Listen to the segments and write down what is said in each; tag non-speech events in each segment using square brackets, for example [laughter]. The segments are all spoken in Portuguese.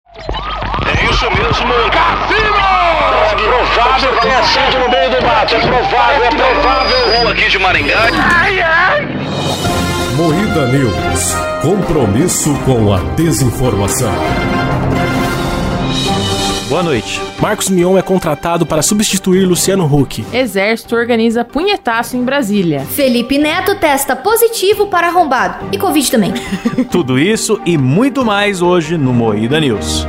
É Cassino! mesmo. É provável que tenha sido no meio do mato. É provável, é provável. Gol aqui de Maringá. Moída News. Compromisso com a desinformação. Boa noite. Marcos Mion é contratado para substituir Luciano Huck. Exército organiza punhetaço em Brasília. Felipe Neto testa positivo para arrombado. E Covid também. Tudo isso e muito mais hoje no Moída News.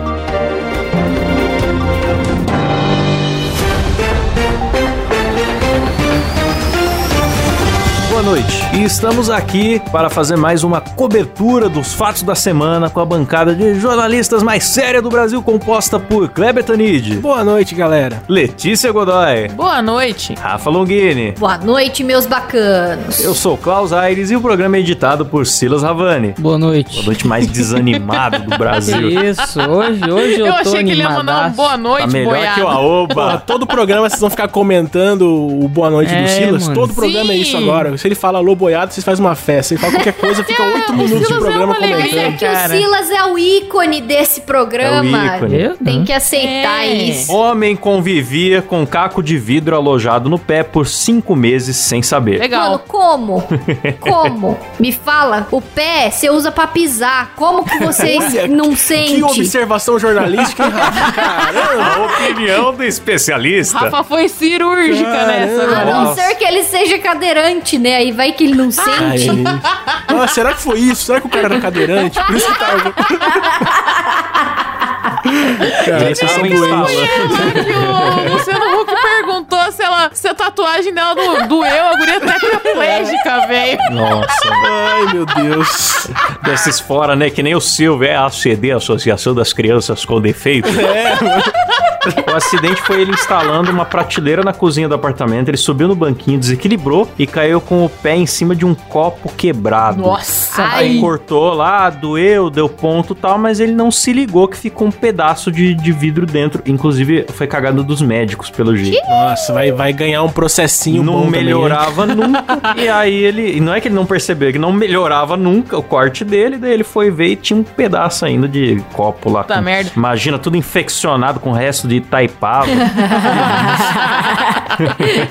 Boa noite. E estamos aqui para fazer mais uma cobertura dos fatos da semana com a bancada de jornalistas mais séria do Brasil, composta por Kleber Tanid, Boa noite, galera. Letícia Godoy, Boa noite. Rafa Longini. [laughs] Boa noite, meus bacanos. Eu sou Klaus Aires e o programa é editado por Silas Ravani. Boa A noite. noite mais desanimado do Brasil. Isso, hoje, hoje eu, Eu, tô achei que ele ia mandar um animadaço. boa Tá noite, melhor boiado. que o Porra, Aoba. todo programa vocês vão ficar comentando o boa noite É, do Silas. mano. Todo programa é Sim. isso agora. Se ele fala alô boiado, vocês fazem uma festa. Se ele fala qualquer coisa, fica oito o minutos de Silas é programa uma alegria. comentando. É que o Cara. Silas é o ícone desse programa. É o ícone. Eu? Tem que aceitar É. isso. Homem convivia com caco de vidro alojado no pé por cinco meses sem saber. Legal. Mano, como? Como? Me fala, o pé você usa pra pisar. Como que vocês não Que sentem? observação jornalística, hein, Rafa? Caramba. A opinião do especialista. Rafa foi cirúrgica nessa. Caramba. A velho. não Nossa. ser que ele seja cadeirante, né? Aí vai que ele não sente. [laughs] Ah, será que foi isso? Será que o cara era cadeirante? Por isso que tava. é Cara, vocês são Tava doentes. instalando. Lá que o Luciano Huck perguntou se, ela, se a tatuagem dela do, doeu, a guria tetraplégica, velho. Tá Nossa, Ai, meu Deus. desses fora, né? Que nem o Silvio, é a ACD, Associação das Crianças com Defeito. É, O acidente foi ele instalando uma prateleira na cozinha do apartamento. Ele subiu no banquinho, desequilibrou e caiu com o pé em cima de um copo quebrado. Nossa. Aí Ai. cortou lá, doeu, deu ponto e tal, mas ele não se ligou que ficou um pedaço de, de vidro dentro. Inclusive, foi cagada dos médicos, pelo jeito. Nossa, vai, vai ganhar um processinho bom não também, né? melhorava nunca. E aí ele. e Não é que ele não percebeu, que não melhorava nunca o corte dele. Daí ele foi ver e tinha um pedaço ainda de copo lá. Puta com- merda. Imagina, tudo infeccionado com o resto de [laughs] taipava.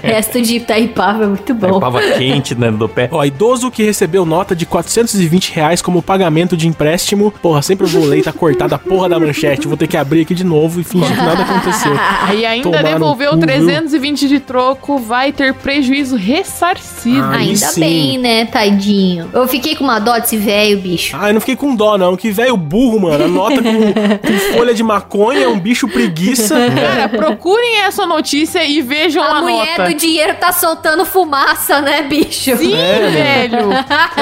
Resto de Itaipava é muito bom. taipava quente dentro do pé. Ó, idoso que recebeu nota de 420 reais como pagamento de empréstimo. Porra, sempre eu vou ler, tá cortada a porra da manchete. Vou ter que abrir aqui de novo e fingir que nada aconteceu. Aí ainda Tomar no devolveu cu, viu? 320 de troco, vai ter prejuízo ressarcido. Ai. Ainda sim. bem, né, tadinho. Eu fiquei com uma dó desse velho, bicho. Ah, eu não fiquei com dó, não. Que velho burro, mano. A nota com, com folha de maconha, um bicho preguiça. É, Cara, procurem essa notícia e vejam a, A mulher nota. do dinheiro tá soltando fumaça, né, bicho? Sim, é, velho.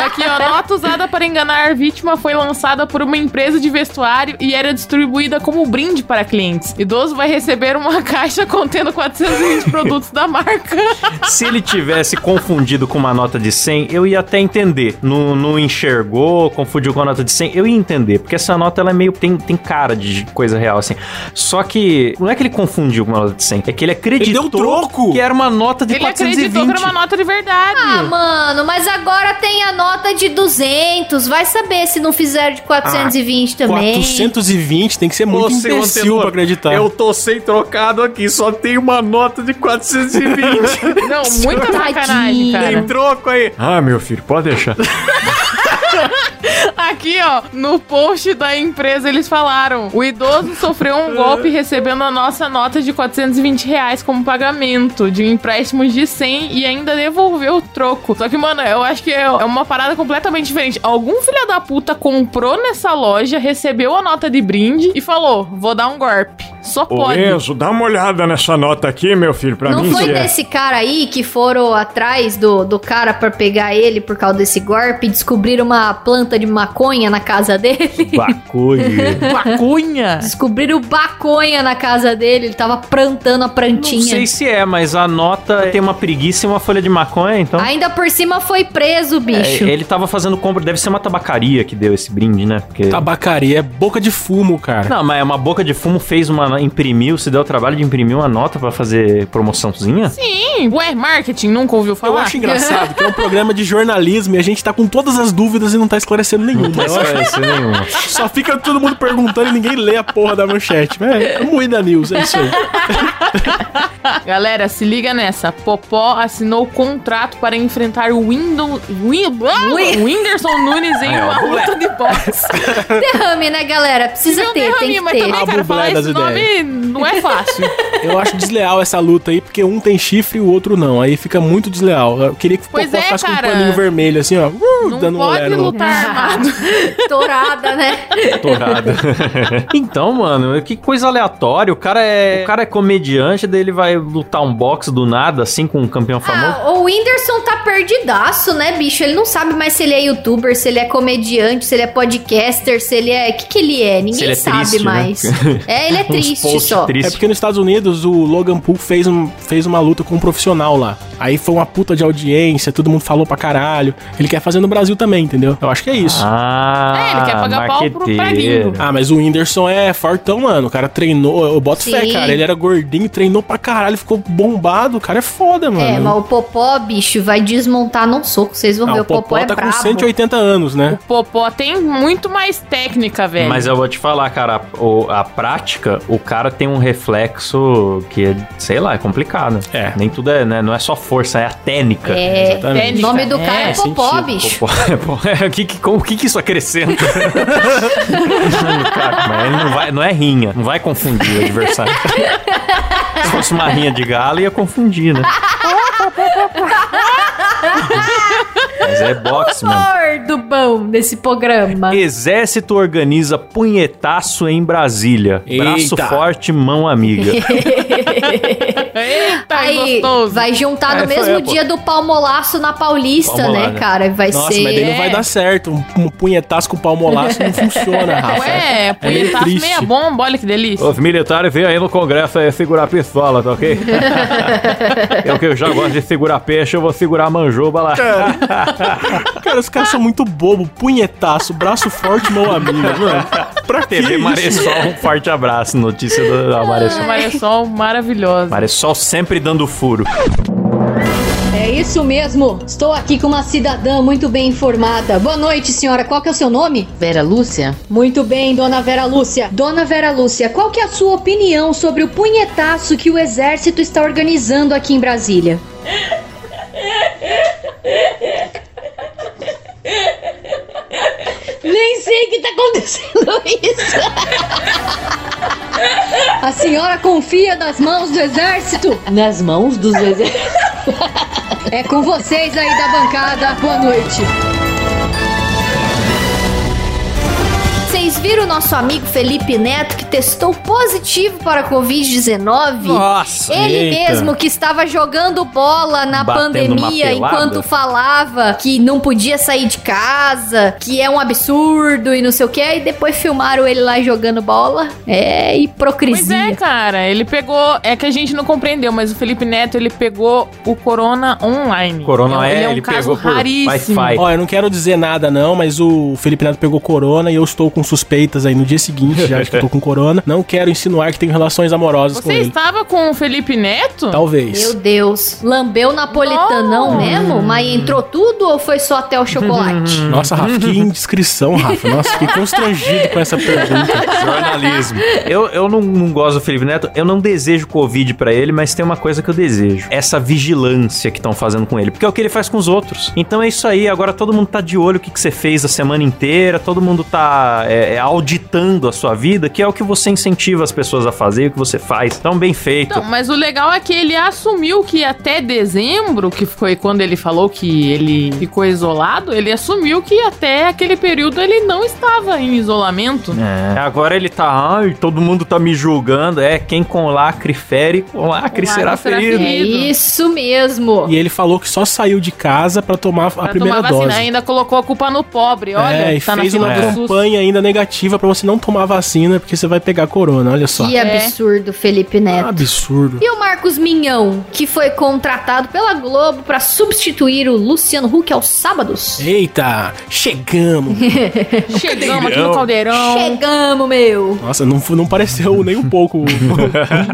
Aqui, É ó, nota usada para enganar a vítima foi lançada por uma empresa de vestuário e era distribuída como brinde para clientes. Idoso vai receber uma [laughs] caixa contendo 420 produtos da marca. Se ele tivesse confundido com uma nota de 100, eu ia até entender. Não, não enxergou, confundiu com a nota de 100, eu ia entender. Porque essa nota, ela é meio... Tem, tem cara de coisa real, assim. Só que... Não é que ele confundiu com uma nota de 100. É que ele acreditou Ele deu um troco. que era uma nota de Ele 420. acreditou que era uma nota de verdade. Ah, mano, mas agora tem a nota de 200. Vai saber se não fizer de 420 Ah, também. 420 tem que ser muito Ô, seu imbecil Antenor, pra acreditar. tô sem trocado aqui, só tem uma nota de 420. Não, muita sacanagem, Tadinho. cara. troco aí. Ah, meu filho, pode deixar. Aqui, ó, no post da empresa eles falaram: o idoso sofreu um [laughs] É. golpe recebendo a nossa nota de 420 reais como pagamento de um empréstimo de 100 e ainda devolveu o troco. Só que, mano, eu acho que é é uma parada completamente diferente. Algum filho da puta comprou nessa loja, recebeu a nota de brinde e falou: vou dar um golpe. Só pode. dá uma olhada nessa nota aqui, meu filho, pra é. Não foi desse cara aí que foram atrás do, do cara pra pegar ele por causa desse golpe e descobriram uma planta de maconha na [laughs] casa dele? Bacuia. Maconha. Descobriram baconha na casa dele, ele tava plantando a Não plantinha. sei se é, mas a nota tem uma preguiça e uma folha de maconha, então. Ainda por cima foi preso, É, bicho. ele tava fazendo compra, deve ser uma tabacaria que deu esse brinde, né? Porque... Tabacaria é boca de fumo, cara. Não, mas uma boca de fumo fez uma ela imprimiu, se deu o trabalho de imprimir uma nota pra fazer promoçãozinha? Sim, ué, marketing, nunca ouviu falar? Eu acho engraçado que é um programa de jornalismo e a gente tá com todas as dúvidas e não tá esclarecendo nenhuma. Não Eu acho esclareceu nenhuma. que só fica todo mundo perguntando e ninguém lê a porra da manchete. É, é moída news, é isso aí. Galera, se liga nessa. Popó assinou contrato para enfrentar o Windows. Win... Win- Win... Whindersson Nunes em uma luta de boxe. [laughs] Derrame, né, galera? Precisa Não ter, derrame, tem que mas ter. também, cara, Cabo falar Blair das esse nome não é [laughs] fácil. Eu acho desleal essa luta aí, porque um tem chifre e o outro não. Aí fica muito desleal. Eu queria que o Pois Popó é, ficasse com um cara. paninho vermelho, assim, ó. Uh, Não dando um olé pode no- [laughs] lutar tá armado. Dourada, né? Dourado. [laughs] então, mano, que coisa aleatória. O cara é, o cara é comediante, daí ele vai lutar um boxe do nada, assim, com um campeão famoso. Ah, o Whindersson tá perdidaço, né, bicho? Ele não sabe mais se ele é youtuber, se ele é comediante, se ele é podcaster, se ele é. O que, que ele é? Ninguém ele é sabe triste, né? mais. É, ele é Uns triste posts só. É tristes. porque nos Estados Unidos o Logan Paul fez, um, fez uma luta com um profissional lá. Aí foi uma puta de audiência, todo mundo falou pra caralho. Ele quer fazer no Brasil também, entendeu? Eu acho que é isso. Ah, É, ele quer pagar pau pro marqueteiro. Praguinho. Ah, mas o Whindersson é fortão, mano. O cara treinou, eu boto Sim. fé, cara. Ele era gordinho, treinou pra caralho, ficou bombado. O cara é foda, mano. É, mas o Popó, bicho, vai desmontar num soco. Vocês vão Ah, ver, o Popó é tá com brabo. 180 anos, O né? Popó tem muito mais técnica, velho. Mas eu vou te falar, cara, a, o- a prática, o cara tem um reflexo que, é, sei lá, é complicado. É. Nem tudo é, né? Não é só força, é a técnica. É, Exatamente. o nome do cara é, É, Popó, sentido. bicho. Pô, pô, [laughs] é, o que, que- como- o que que isso acrescenta? Cara, mas ele não, vai, não é rinha, não vai confundir o adversário. Se fosse uma rinha de gala, ia confundir, né? Mas é boxe, mano. Flor do bom né? desse programa. Exército organiza punhetaço em Brasília. Braço Eita. forte, mão amiga. [laughs] Eita, Tá Aí gostoso. vai juntar no É, foi, mesmo é, pô. dia do palmolaço na Paulista, Palmolada. né, cara? Vai Nossa, ser. mas daí não vai dar certo. Um, um punhetaço com palmolaço [laughs] não funciona, É, Rafa. É Ué, meio punhetaço triste. tá meia bomba, olha que delícia. Os militares vêm aí no Congresso aí segurar pistola, tá ok? eu que já gosto de segurar peixe, eu vou segurar a manjuba lá. Cara, os caras são muito bobo, punhetaço, braço forte, mão amiga, mano. Pra que TV isso? Maressol, um forte abraço. Notícia do- da Maressol. Maresol maravilhosa. Maressol sempre dando furo. É isso mesmo. Estou aqui com uma cidadã muito bem informada. Boa noite, senhora. Qual que é o seu nome? Vera Lúcia? Muito bem, dona Vera Lúcia. Dona Vera Lúcia, qual que é a sua opinião sobre o punhetaço que o exército está organizando aqui em Brasília? Nem sei o que está acontecendo isso. A senhora confia nas mãos do exército? Nas mãos dos exércitos. É com vocês aí da bancada. Boa noite. Vocês viram o nosso amigo Felipe Neto que testou positivo para a Covid-19? Nossa! Ele eita. mesmo que estava jogando bola na Batendo uma pandemia pelada? enquanto falava que não podia sair de casa, que é um absurdo e não sei o que, e depois filmaram ele lá jogando bola. Pois É é, hipocrisia. cara, ele pegou. É que a gente não compreendeu, mas o Felipe Neto ele pegou o Corona online. Corona é, ele é um ele caso pegou por raríssimo. Wi-Fi. Ó, eu não quero dizer nada não, mas o Felipe Neto pegou corona e eu estou com suspeitas aí no dia seguinte, já acho que eu tô com corona. Não quero insinuar que tenho relações amorosas com Você ele. estava com o Felipe Neto? Talvez. Meu Deus, lambeu napolitanão mesmo? Mas entrou tudo ou foi só até o [laughs] chocolate? Nossa, Rafa, que indiscrição, Rafa. Nossa, fiquei constrangido com essa pergunta. Jornalismo. Eu, eu não, não gosto do Felipe Neto, eu não desejo Covid pra ele, mas tem uma coisa que eu desejo: essa vigilância que estão fazendo com ele. Porque é o que ele faz com os outros. Então é isso aí, agora todo mundo tá de olho o que, que você fez a semana inteira, todo mundo tá é, é, auditando a sua vida, que é o que você incentiva as pessoas a fazer, o que você faz. Então, bem feito. Não, mas o legal é que ele assumiu que até dezembro, que foi quando ele falou que ele ficou isolado, ele assumiu que até aquele período ele não estava em isolamento. É, Agora ele tá, ai, todo mundo tá me julgando. É, quem com lacre fere, com lacre Com será lacre será ferido. É isso mesmo. E ele falou que só saiu de casa pra tomar a Pra primeira tomar vacina, dose. ainda colocou a culpa no pobre. Olha, é, e tá na fez fila uma do SUS. campanha ainda justificativa pra você não tomar vacina, porque você vai pegar corona, olha só. um Que É. absurdo, Felipe Neto. Absurdo. E o Marcos Minhão, que foi contratado pela Globo pra substituir o Luciano Huck aos sábados? Eita, chegamos. Chegamos aqui no caldeirão. Chegamos, meu! Nossa, não, fu- não pareceu nem um [laughs] pouco.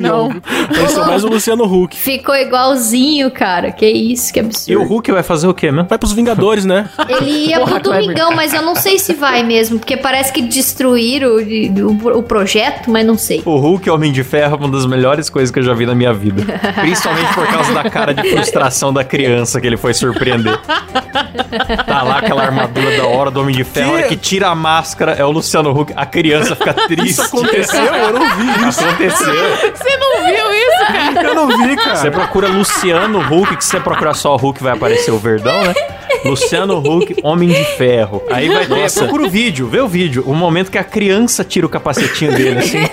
Não. pareceu mais o Luciano Huck. Ficou igualzinho, cara. Que isso, que absurdo. E o Hulk vai fazer o quê mesmo? Vai pros Vingadores, né? Ele ia pro Kleber. Domingão, mas eu não sei se vai mesmo, porque parece que destruíram o, o- o projeto, mas não sei. O Hulk Homem de Ferro é uma das melhores coisas que eu já vi na minha [laughs] vida. Principalmente por causa da cara de frustração da criança que ele foi surpreender. Tá lá aquela armadura da hora do Homem de Ferro, a hora que tira a máscara, é o Luciano Huck. A criança fica triste. Isso aconteceu? Eu não vi isso. Aconteceu. Você não viu isso, cara? Eu não vi, Você cara. procura Luciano Huck, que se você procurar só o Hulk vai aparecer o Verdão, né? Luciano Huck, Homem de Ferro. Aí vai ver, procura o vídeo, vê o vídeo. O momento que a criança tira o capacetinho dele, assim.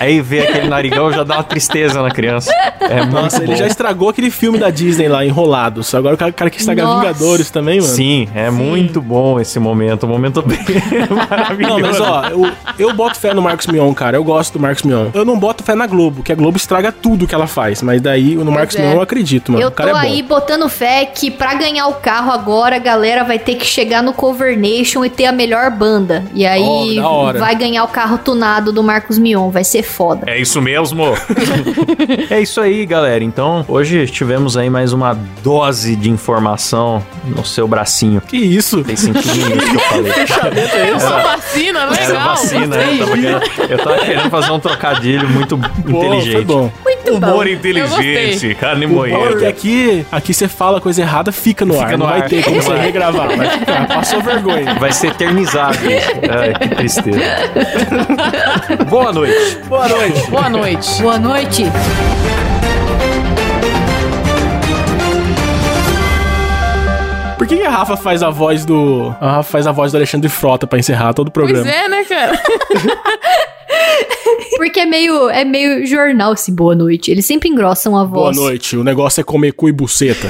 Aí vê aquele narigão, já dá uma tristeza na criança. É muito Nossa, ele bom. já estragou aquele filme da Disney lá, Enrolados. Agora o cara, o cara que estraga Nossa. Vingadores também, mano. Sim, é muito bom esse momento. Um momento bem [laughs] maravilhoso. Não, mas ó, eu, eu boto fé no Marcos Mion, cara. Eu gosto do Marcos Mion. Eu não boto fé na Globo, que a Globo estraga tudo que ela faz. Mas daí no Marcos é. Mion eu acredito, mano. eu o tô cara é bom. aí botando fé que pra ganhar o carro agora, a galera vai ter que chegar no Cover Nation e ter a melhor banda. E Oh, aí da hora. vai ganhar o carro tunado do Marcos Mion, vai ser foda. É isso mesmo. [laughs] é isso aí, galera. Então, hoje tivemos aí mais uma dose de informação no seu bracinho. Que isso? Tem sentido nisso [laughs] que eu falei. Eu sou vacina, legal. Era vacina, né? gostei. Eu tava, querendo, eu tava querendo fazer um trocadilho muito Pô, foi inteligente. bom. Humor Então, Eu inteligente, gostei. carne Porque é moída. aqui, aqui você fala coisa errada, fica no Fica ar. no não ar. vai ter como Fica você no ar. regravar. Vai ficar. Ah, Passou vergonha. Vai ser [laughs] eternizado isso. Ai, que tristeza. Boa noite. Boa noite. Boa noite. Boa noite. Por que que a Rafa faz a voz do. A Rafa faz a voz do Alexandre Frota pra encerrar todo o Pois programa? é, né, cara? Porque é meio, é meio jornal esse boa noite. Eles sempre engrossam a Boa voz. noite. O negócio é comer cu e buceta.